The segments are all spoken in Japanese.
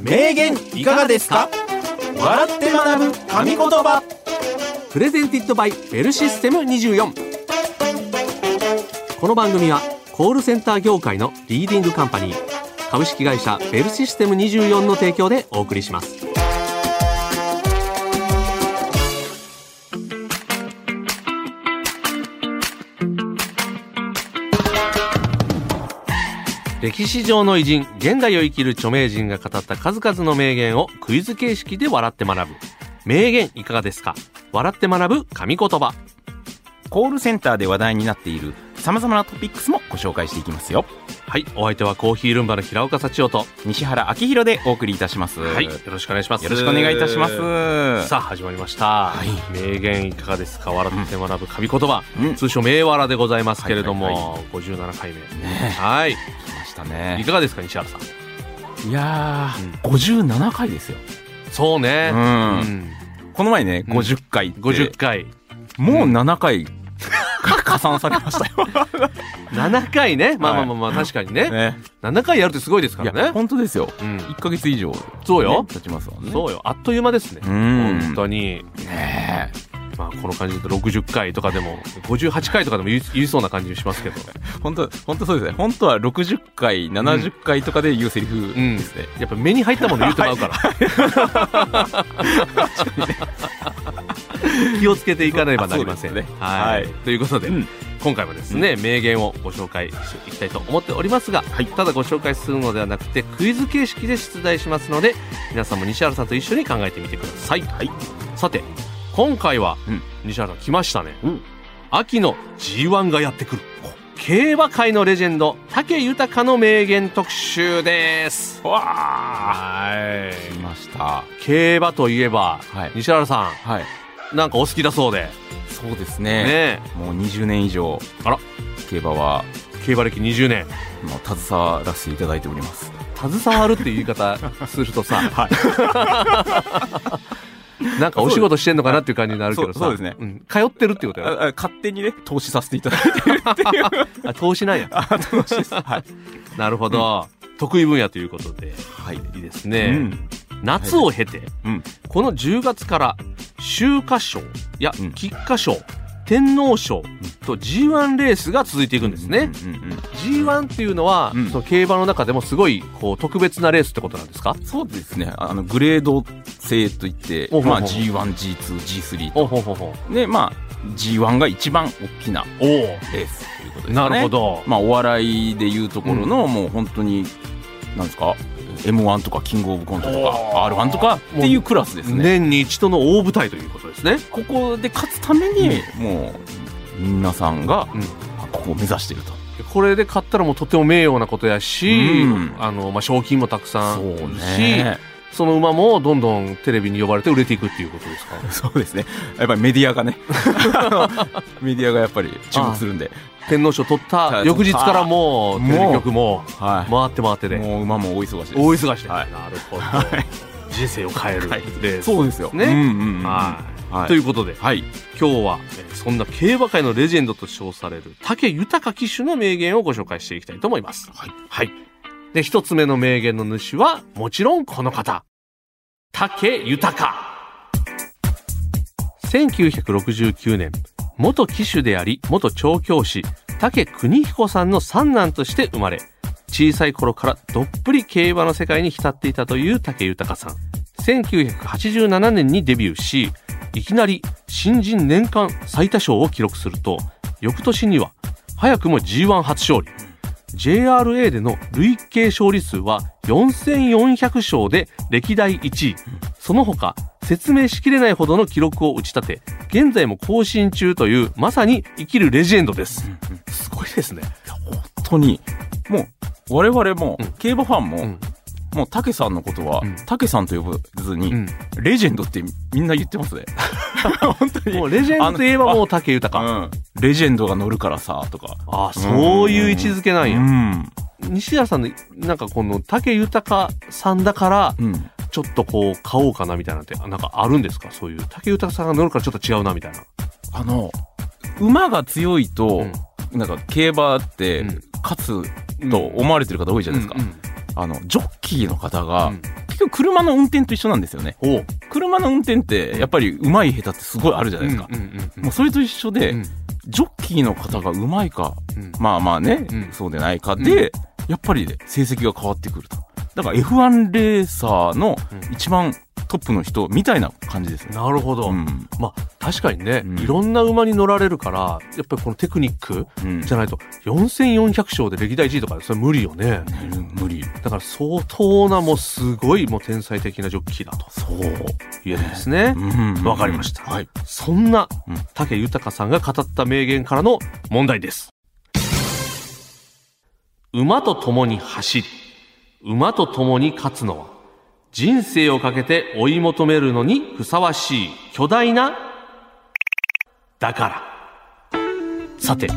名言いかがですか笑って学ぶ神言葉プレゼンティッドバイベルシステム24この番組はコールセンター業界のリーディングカンパニー株式会社ベルシステム24の提供でお送りします歴史上の偉人現代を生きる著名人が語った数々の名言をクイズ形式で笑って学ぶ名言いかがですか笑って学ぶ神言葉コールセンターで話題になっている様々なトピックスもご紹介していきますよはいお相手はコーヒールンバの平岡幸男と西原明宏でお送りいたしますはい、よよろしくお願いします。ろしくお願いいたしますさあ、始まりました。は名言いかがですか笑って学ぶ神言葉。うん通称、名わらでございますけれども、はいはい57回目。ねはい。来ましたいねかがですか、西原さん。いやー、57回ですよそうね。うんんこの前ねうん50回って50回。もう7回 加算されましたよ7回ね。まあまあまあまあ、確かにね。 ね7回やるってすごいですかいらやね。本当ですようん1ヶ月以上そうよね経ちますもんねそうよ。あっという間ですね。うん本当に。ねまあ、この感じだと60回とかでも、58回とかでも言い言いそうな感じしますけど。本当本当そうですね本当は60回70回とかで言うセリフうんですね、やっぱ目に入ったもの言うてまうから。気をつけていかねばなりません。そうですねはい、はいということで、うん今回もですね、名言をご紹介していきたいと思っておりますが、ただご紹介するのではなくて、クイズ形式で出題しますので、皆さんも西原さんと一緒に考えてみてください。さて、今回は、うん西原さん来ましたね。うん秋の G1 がやってくる。競馬界のレジェンド、武豊の名言特集です。わあはい。来ました競馬といえば、はい西原さはいん、なんかお好きだそうで、そうですねねもう20年以上あら競馬は競馬歴20年、もう携わらせていただいております携わるっていう言い方すると さ、 なんかお仕事してんのかなっていう感じになるけどさ、そうそうですねん通ってるってことよ。ああ勝手にね投資させていただいてるっていうあ、投資なんや。あ投資です はい、なるほど。得意分野ということで、はいいいですうね。ん夏を経て、うん、この10月から、秋華賞やうん菊花賞、天皇賞と G1 レースが続いていくんですね。うんうんうん G1 っていうのは、うんその競馬の中でもすごいこう特別なレースってことなんですかそうですねあのグレード制といって、おほほまあ、G1G2G3 とおほほほでまあ G1 が一番大きなおレースということですねなるほど、まあお笑いでいうところの、もう本当になんですか m 1とかキングオブコントとか r 1とかっていうクラスですね年に一度の大舞台ということですねここで勝つために、もう皆さんが、うんまあここを目指してるとこれで勝ったらもうとても名誉なことやし、うんあのまあ、賞金もたくさんそうあるしねその馬もどんどんテレビに呼ばれて売れていくっていうことですかそうですねやっぱりメディアが ねあのメディアがやっぱり注目するんで天皇賞取った翌日からもうもうテレビ局もは回って回っていでもう馬も大忙しです大忙しで、はいなるほど、人生を変えるはいレース、そうですよねうんうんうんははいい、ということではい今日は、えーそんな競馬界のレジェンドと称される武豊騎手の名言をご紹介していきたいと思います。はい。で、一つ目の名言の主は、もちろんこの方。武豊。1969年、元騎手であり、元調教師、武邦彦さんの三男として生まれ、小さい頃からどっぷり競馬の世界に浸っていたという武豊さん。1987年にデビューし、いきなり新人年間最多勝を記録すると、翌年には早くも G1 初勝利。JRA での累計勝利数は4400勝で歴代1位。その他、説明しきれないほどの記録を打ち立て、現在も更新中という、まさに生きるレジェンドです。すごいですね。本当にもう我々も、うん競馬ファンも、うんもう武さんのことはうん武、さんと呼ばずに、 うんレジェンドってみんな言ってますね本当にもうレジェンドといえばもう竹豊。あうん、レジェンドが乗るからさとかあ、そういう位置づけなうんや。ん、西田さんの、なんかこの竹豊さんだから、うん、ちょっとこう買おうかなみたいなのって、なんかあるんですかそういう。竹豊さんが乗るからちょっと違うなみたいな。あの馬が強いと、なんか競馬ってうん勝つと思われてる方多いじゃないですか、うんうんあのジョッキーの方が、うん結局車の運転と一緒なんですよねおう車の運転ってやっぱり上手い下手ってすごいあるじゃないですか、うんうんうんもうそれと一緒で、うんジョッキーの方が上手いかうんまあまあね、うんそうでないかで、やっぱりね、成績が変わってくると。だから F1 レーサーのうん一番トップの人みたいな感じですね。なるほど、うん。まあ確かにね、うんいろんな馬に乗られるからやっぱりこのテクニックうんじゃないと4400勝で歴代1位とかそれ無理よねうん無理。だから相当なもうすごいもう天才的なジョッキーだとそう。言えるんですねうんわかりましたはい。そんなうん武豊さんが語った名言からの問題です。馬と共に走り、馬と共に勝つのは、人生をかけて追い求めるのにふさわしい巨大な、だから。さて、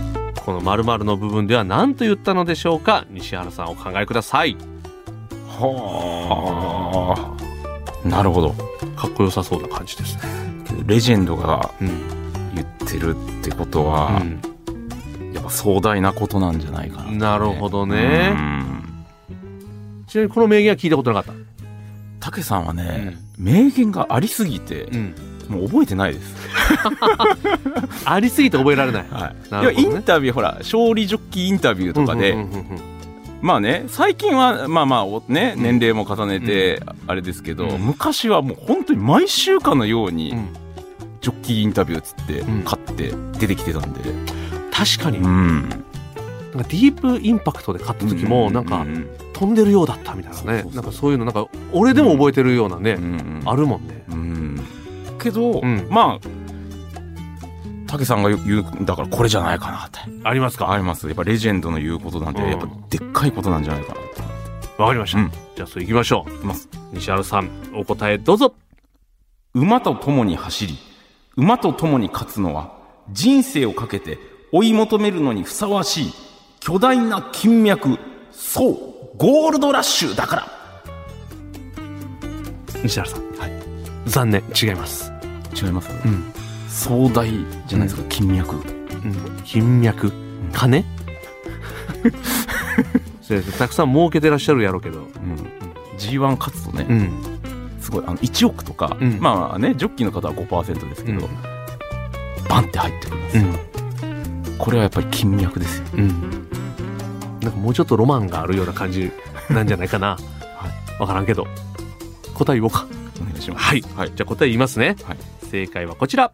この〇〇の部分では何と言ったのでしょうか西原さんお考えください。はあ。なるほど。かっこよさそうな感じですね。レジェンドがうん。言ってるってことは、やっぱ壮大なことなんじゃないかうな、ん、なるほどどね。ちなみにこの名言は聞いたことなかった。たけさんはね、名言がありすぎて、うん。もう覚えてないです。ありすぎて覚えられない。はい、なるほどねいやインタビューほら勝利ジョッキーインタビューとかで、うんうんうんうんまあね最近はまあまあおね年齢も重ねてあれですけど、うん昔はもう本当に毎週間のようにうんジョッキーインタビューつってうん買って出てきてたんで、確かに、うなんかん、ディープインパクトで勝った時も、なんか飛んでるようだったみたいなねそうそうそうなんかそういうのなんか俺でも覚えてるようなうね、んあるもんねうんけど、うんまあ武さんが言うだからこれじゃないかなってありますかあわりますやっぱレジェンドの言うことなんてうんやっぱでっかいことなんじゃないかなとかりました、うんじゃあそれ行きましょ思いますう西原さんお答えどうぞ馬と共に走り馬と共に勝つのは人生をかけて追い求めるのにふさわしい巨大な金脈そうゴールドラッシュだから西原さんはい残念違います、違います、ん壮大じゃないですか、金脈うん、金脈金 そうですたくさん儲けてらっしゃるやろうけど、うん G1 勝つとね、うん、すごいあの1億とか、うんまあねジョッキーの方は5%ですけど、うんバンって入ってくるんですうよ、んこれはやっぱり金脈ですようん、なんかもうちょっとロマンがあるような感じなんじゃないか な、分からんけど答え言おうかお願いしますはいはいじゃあ答え言いますね、はい正解はこちら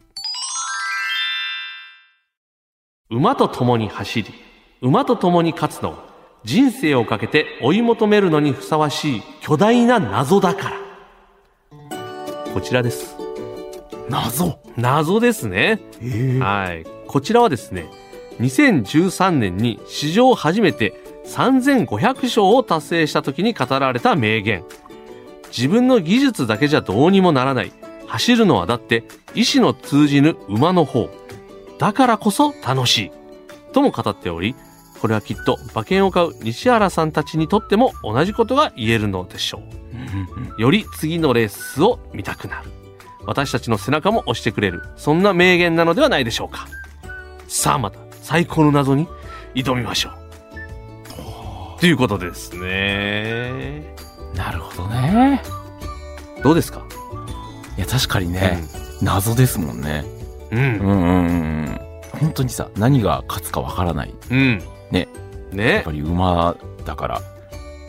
馬と共に走り馬と共に勝つのは人生をかけて追い求めるのにふさわしい巨大な謎だからこちらです謎謎ですねえーはい、こちらはですね2013年に史上初めて3500章を達成した時に語られた名言自分の技術だけじゃどうにもならない走るのはだって意志の通じぬ馬の方だからこそ楽しいとも語っておりこれはきっと馬券を買う西原さんたちにとっても同じことが言えるのでしょううんうんより次のレースを見たくなる私たちの背中も押してくれるそんな名言なのではないでしょうかさあまた最高の謎に挑みましょうということですねなるほどねどうですかいや確かにね、謎ですもんね。うんうんんうんうんうん。本当にさ、何が勝つかわからない。うんねやっねぱり馬だから。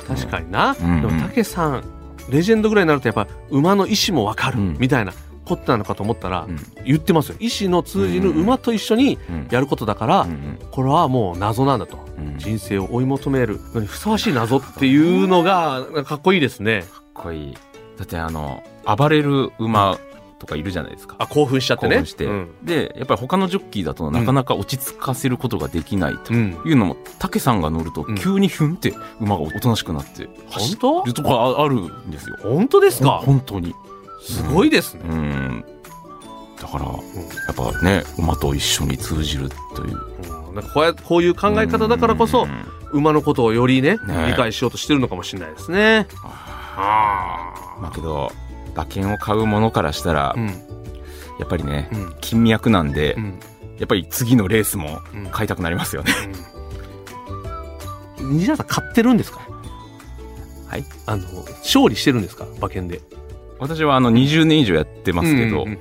確かにな、うんでもたけさんレジェンドぐらいになるとやっぱ馬の意思もわかるうんみたいなことなのかと思ったらうん言ってますよ意思の通じる馬と一緒にうん。やることだからうんうんこれはもう謎なんだとうん。かっ人生を追い求めるのにふさわしい謎っていうのがかっこいいですね。こいい。だってあの、暴れる馬とかいるじゃないですか。あ興奮しちゃってね。興奮してうん。で、やっぱり他のジョッキーだとなかなか落ち着かせることができないと。うんいうのも、たけさんが乗るとうん、急にヒュンって馬がおとなしくなって、本当るとかあるんですよ。本当ですか本当に。すごいですね。うん。だから、やっぱね、馬と一緒に通じるという。うんなんかこうやこういう考え方だからこそ馬のことをよりねね理解しようとしてるのかもしれないですね。まあけど馬券を買う者からしたら、うんやっぱりね、うん金脈なんで、うんやっぱり次のレースもうん買いたくなりますよね。西田さん買ってるんですかはい。あの、勝利してるんですか馬券で。私はあの20年以上やってますけど、うんうんうんうん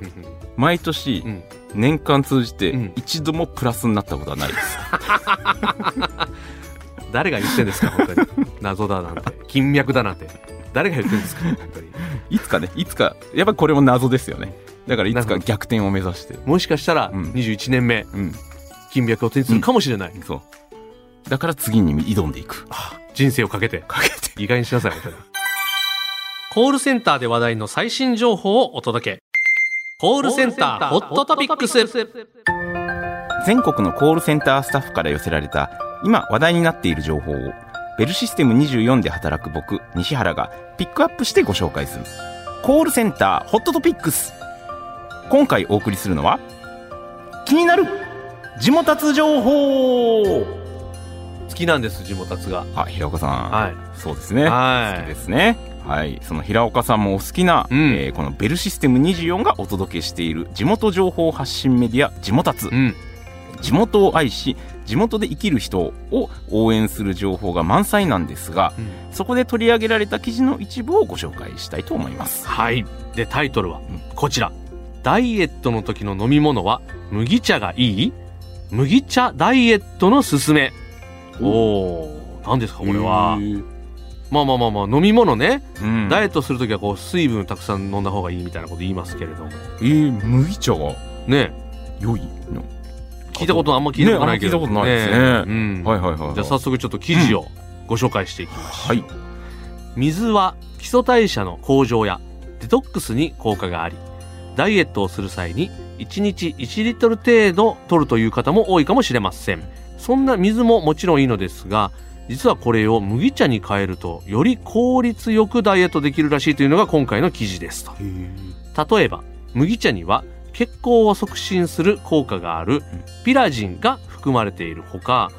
毎年うん年間通じうてん一度もプラスになったことはないです。 誰が言ってんですか本当に謎だなんて金脈だなんて誰が言ってんですか本当にいつかね、いつか、やっぱりこれも謎ですよね。だからいつなかるほ逆転を目指して。もしかしたらうん21年目うん。金脈を手にするかもしれない、そう。だから次に挑んでい く。人生をかけてかけて意外にしなさい本当にコールセンターで話題の最新情報をお届けコールセンターホットトピックス全国のコールセンタースタッフから寄せられた今話題になっている情報をベルシステム24で働く僕西原がピックアップしてご紹介するコールセンターホットトピックス今回お送りするのは気になる地元達情報好きなんです地元つがあ平岡さん、はそうですいね好きはでいすねはいその平岡さんもお好きな、うんえーこのベルシステム24がお届けしている地元情報発信メディア地元達うん地元を愛し地元で生きる人を応援する情報が満載なんですがうんそこで取り上げられた記事の一部をご紹介したいと思いますはいでタイトルはんこちら、ダイエットの時の飲み物は麦茶がいい麦茶ダイエットのすすめおおー何ですかこれはまあまあまあまあ飲み物ね、うんダイエットする時はこう水分たくさん飲んだ方がいいみたいなこと言いますけれどもえー麦茶がね良いの聞いたことあんま聞いたことないけどねあんま聞いたことないですねうんはいはいはいはいじゃあ早速ちょっと記事をご紹介していきます、はい水は基礎代謝の向上やデトックスに効果がありダイエットをする際に1日1リットル程度取るという方も多いかもしれませんそんな水ももちろんいいのですが実はこれを麦茶に変えるとより効率よくダイエットできるらしいというのが今回の記事ですと例えば麦茶には血行を促進する効果があるピラジンが含まれているほか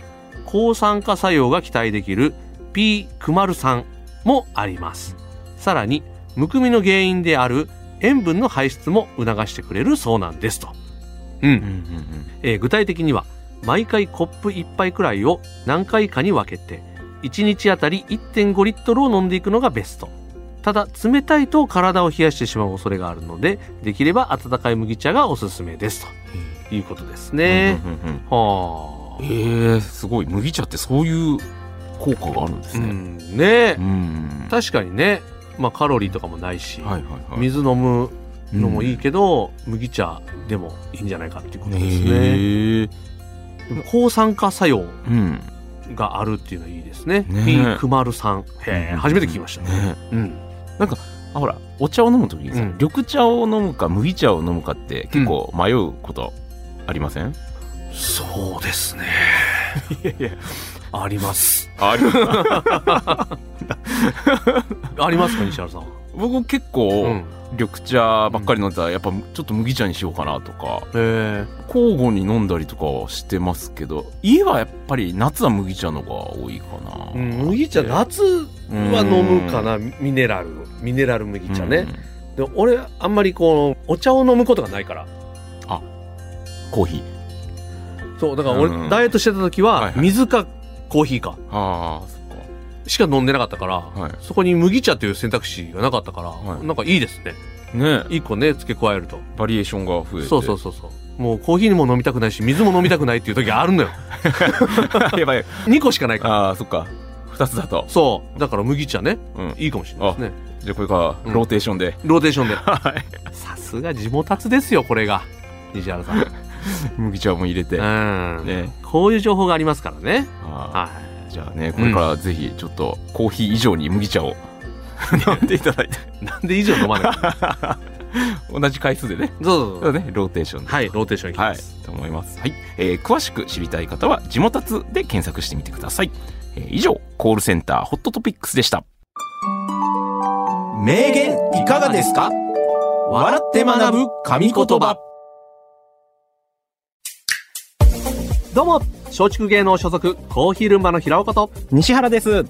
抗酸化作用が期待できる P クマル酸もありますさらにむくみの原因である塩分の排出も促してくれるそうなんですと、うんうんうんえー具体的には毎回コップ1杯くらいを何回かに分けて1日あたり1.5リットルを飲んでいくのがベストただ冷たいと体を冷やしてしまう恐れがあるのでできれば温かい麦茶がおすすめですということですうんね、うんうんうんはあえーすごい麦茶ってそういう効果があるんですうねんねうん確かにね、まあ、カロリーとかもないし、はいはいはい水飲むのもいいでけど、麦茶でもいいんじゃないかっていうことですへね、ーでも抗酸化作用うんがあるっていうのはいいですね。ねピークマルさん。へえ、うん初めて聞きましたね。ねうん。あほらお茶を飲むときにさ、うん緑茶を飲むか麦茶を飲むかって結構迷うことありません、そうですね。あります。あるありますか、西原さん。 僕結う構ん。緑茶ばっかり飲んでたらやっぱちょっと麦茶にしようかなとかえ交互に飲んだりとかはしてますけど家はやっぱり夏は麦茶の方が多いかな、え。麦茶、夏は飲むかな、ミネラル。ミネラル麦茶うねん。でも俺、あんまりこう、お茶を飲むことがないから。コーヒーそう、だからう俺、んダイエットしてた時はいは、はい水かコーヒーかああそっかしか飲んでなかったからはい、そこに麦茶という選択肢がなかったから、はいなんかいいですね。ねえ一個ね、付け加えると。バリエーションが増えてそうそうそうそうもうコーヒーも飲みたくないし水も飲みたくないっていう時あるの よう やばい2個しかないからああそっか2つだと、そうだから麦茶ねうん、いいかもしれないですねじゃあこれからローテーションで、 ローテーションではいさすが地元達ですよこれが西原 麦茶も入れて、さんうん、ねこういう情報がありますからねあはーじゃあねこれからぜひちょっとコーヒー以上に麦茶を飲んでいただいていなんで以上飲まない 同じ回数でねそうそうそそううだねローテーションではいローテーションいきはまいす、と思います、はいえー詳しく知りたい方は「地元つ」で検索してみてください、えー以上コールセンターホットトピックスでした名言いかがですか笑って学ぶ神言葉どうも松竹芸能所属コーヒールンバの平岡と西原です。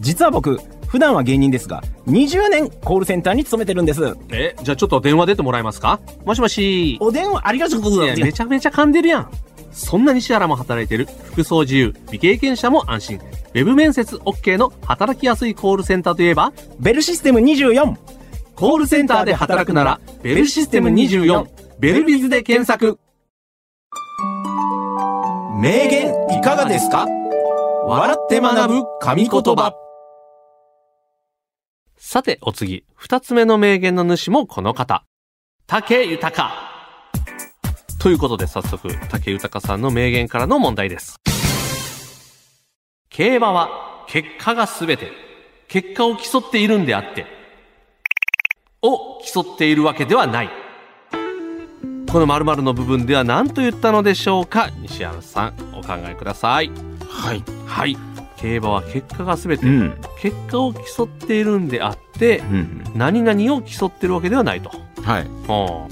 実は僕、普段は芸人ですが、20年コールセンターに勤めてるんです。えじゃあちょっと電話出てもらえますかもしもしお電話ありがとうごいざやいめまちゃめちゃ噛んでるやんそんな西原も働いてる服装自由、未経験者も安心。ウェブ面接 OK の働きやすいコールセンターといえば、ベルシステム24コールセンターで働くなら、ベルシステム24、ベルビズで検索。名言いかがですか笑って学ぶ神言葉。さて、お次、二つ目の名言の主もこの方。竹豊。ということで早速、竹豊さんの名言からの問題です。競馬は結果がすべて、結果を競っているんであって、を競っているわけではない。この〇〇の部分では何と言ったのでしょうか西原さん、お考えください。はい。はい。競馬は結果がすべて、うん。結果を競っているんであって、うん。何々を競ってるわけではないと。はい。は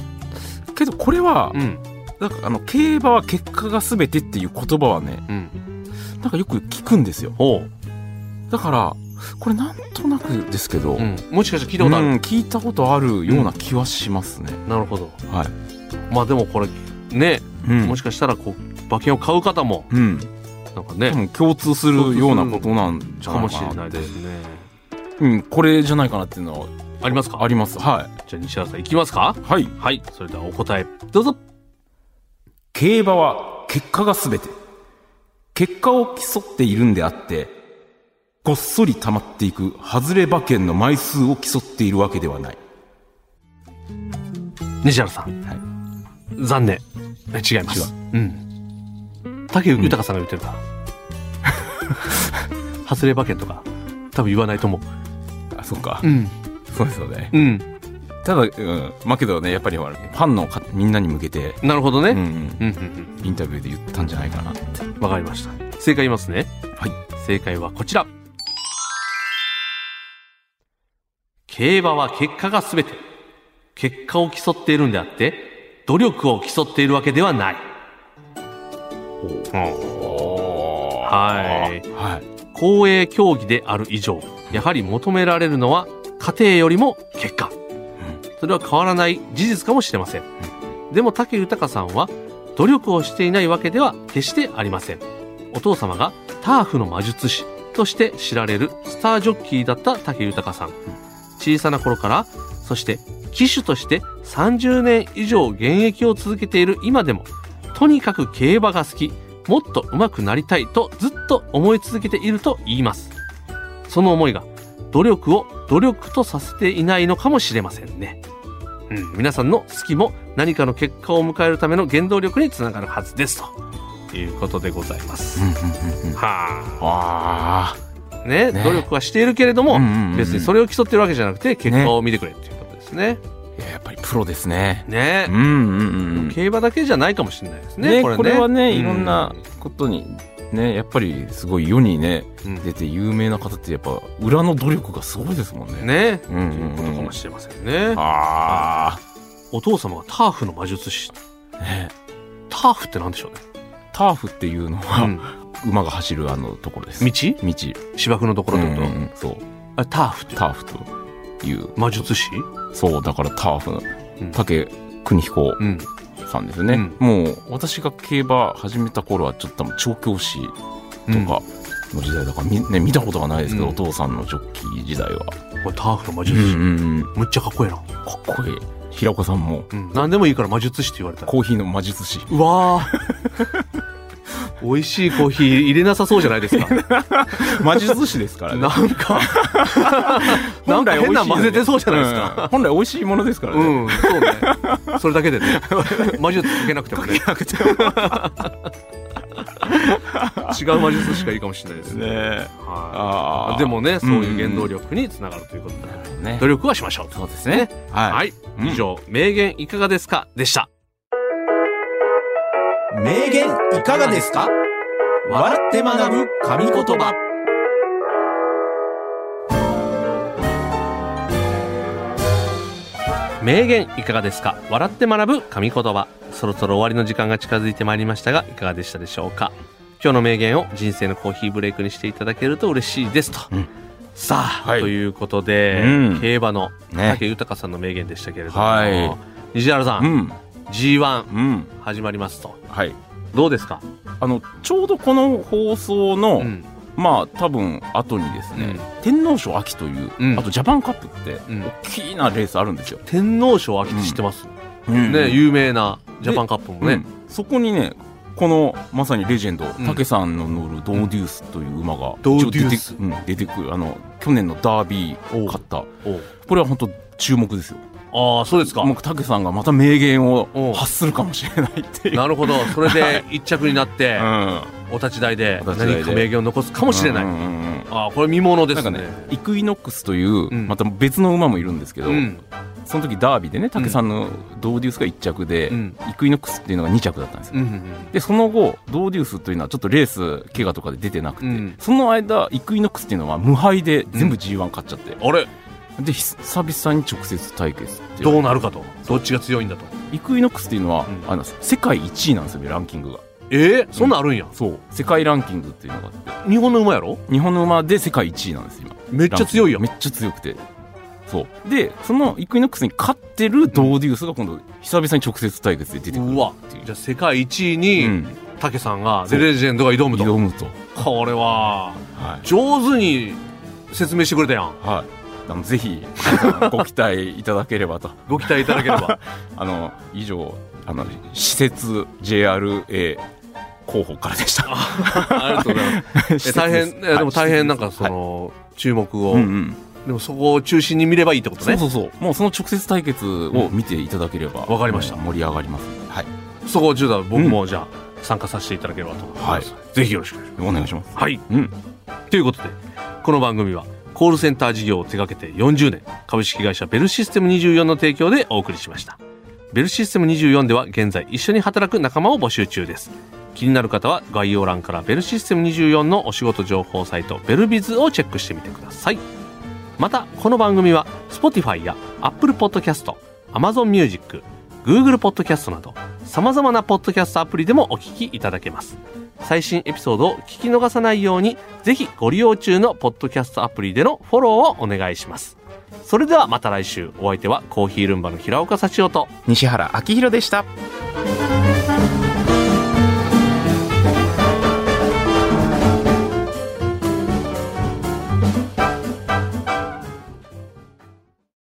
けどこれはあ、うん、なんかあの、競馬は結果が全てっていう言葉はね、うん。なんかよく聞くんですよ。ほう。だから、これなんとなくですけど、うん。もしかして聞いたことある。うん聞いたことあるような気はしますね。なるほど。はい。まあでもこれ、ね、うんもしかしたらこう、馬券を買う方も、うん。なんか多ね、分共通するようなことなんじゃかないもしれかなな。いですね。うん、これじゃないかなっていうのはありますかあります。はじゃあ西原さん、いきますかい。はい。はい。それではお答え、どうぞ。競馬は結果が全て。結果を競っているんであって、ごっそり溜まっていく外れ馬券の枚数を競っているわけではない。西原さん。はい残念。え違います。うん。竹豊さんが言ってるから。 ハズレ馬券とか、多分言わないと思あ、そうかう。。ん。そうですよね。うん。ただ、うん、まあけどね、やっぱりほらファンのかみんなに向けて、なるほどうんうね。ん、うん、うん、インタビューで言ったんじゃないかなって。うん。わかりました。正解言いますね。はい。正解はこちら。競馬は結果が全て。結果を競っているんであって、努力を競っているわけではない。うんはい。はい。公営競技である以上、やはり求められるのは過程よりも結果。それは変わらない事実かもしれません。でも武豊さんは努力をしていないわけでは決してありません。お父様がターフの魔術師として知られるスタージョッキーだった武豊さん。小さな頃から、そして騎手として30年以上現役を続けている今でも、とにかく競馬が好き、もっと上手くなりたいとずっと思い続けていると言います。その思いが努力を努力とさせていないのかもしれませんね。うん、皆さんの好きも何かの結果を迎えるための原動力につながるはずですということでございます。うんうんうんうん。はああ、ね、ね努力はしているけれども、うんうんうん別にそれを競ってるわけじゃなくて結果を見てくれっていうことですね。あ。やっぱりプロですね。ねうんうんうんうん。競馬だけじゃないかもしれないですね。ねこれはね、いろんうなことに、ね、やっぱりすごい世にね、うん出て有名な方ってやっぱ裏の努力がすごいですもんね。ね、うんうんうんということかもしれませんね。あお父様がターフの魔術師。あ、ね。ターフってなんでしょうね。ターフっていうのは、うん馬が走るあのところです。道道。芝生のところってこと、うんうんうんそう。あれターフってターフという。魔術師そう、だからターフのうん、竹邦彦うん。さんですね。うんもう、私が競馬始めた頃は、ちょっと多分調教師とかの時代だから、みね、見たことがないですけうど、んお父さんのジョッキー時代は。これターフの魔う術ん師。うんうん。むっちゃかっこいいな。かっこいい。平岡さんも、うん。何でもいいから魔術師って言われたら。コーヒーの魔術師。うわー。 美味しいコーヒー入れなさそうじゃないですか。魔術師ですからね。なん か、なんか変な混ぜてそうじゃないですか。うん本来美味しいものですからうね。ん、そうね。それだけでね。 魔術かけなくてもね。違う魔術しかいいかもしれないですね。ねはあい。ーでもね、そういう原動力につながるということで、ね努。力はしましょう。そうですね。はい。はい。うん以上、名言いかがですかでした。名言いかがですか笑って学ぶ神言葉。名言いかがですか笑って学ぶ神言葉。そろそろ終わりの時間が近づいてまいりましたが、いかがでしたでしょうか今日の名言を人生のコーヒーブレイクにしていただけると嬉しいですと。うんさあ、はいということで、うん競馬のね武豊さんの名言でしたけれども、はい西原さ、うんん。 G1 うん。始まりますと。はい。どうですか、あのちょうどこの放送の、うんまあ多分後にですね、天皇賞秋という、うんあとジャパンカップってうん大きなレースあるんですよ、天皇賞秋って知ってます、うんね、有名なジャパンカップもね、ねそこにねこのまさにレジェンドん武さんの乗るドーデュースという馬がドーデュース一応出て,、うん、出てくるあの去年のダービー勝ったおうこれは本当注目ですよああそうですかもう武さんがまた名言おうを発するかもしれないっていう、なるほどそれで一着になって、うん、お立ち台でお立ち台で何か名言を残すかもしれない、うんうんうんああこれ見ものでなんすかねねイクイノックスというう、んまた別の馬もいるんですけど、うんその時ダービーでね武さんのドーデュースが1着で、うんイクイノックスっていうのが2着だったんですようんうんでその後ドーデュースというのはちょっとレース怪我とかで出てなくて、うんその間イクイノックスっていうのは無敗で全部 g 1勝っちゃって、あれで久々に直接対決っていうどうなるかとどっちが強いんだとイクイノックスっていうのは、うんあの世界1位なんですよランキングがえー、そんなんあるんや、そう世界ランキングっていうのがあっ日本の馬やろて日本の馬で世界1位なんです今めっちゃ強いやんめっちゃ強くてそうでそのイクイノックスに勝ってるドーデュースが今度久々に直接対決で出てくるうわじゃあ世界一位に、うん武さんがでレジェンドが挑むと挑むとこれははい上手に説明してくれたやんはい、あのぜひ皆さんご期待いただければとご期待いただけれ ばあの以上あの施設 JRA 候補からでしたありがとうございま施すえ設大変、すえでも大変はないんかそはいの、注目を、うんうんでもそこを中心に見ればいいってことそうねそうそうもうその直接対決を見ていただければわかりましたもう盛り上がりますはいそこを中だ僕もじゃあ参加させていただければと思います、ぜひよろしくお願いしお願いしますますはいうんということでこの番組はコールセンター事業を手掛けて40年株式会社ベルシステム24の提供でお送りしましたベルシステム24では現在一緒に働く仲間を募集中です気になる方は概要欄からベルシステム24のお仕事情報サイトベルビズをチェックしてみてくださいまたこの番組は Spotify や Apple Podcast、Amazon Music、Google Podcast など様々なポッドキャストアプリでもお聞きいただけます最新エピソードを聞き逃さないようにぜひご利用中のポッドキャストアプリでのフォローをお願いしますそれではまた来週お相手はコーヒールンバの平岡幸男と西原明宏でした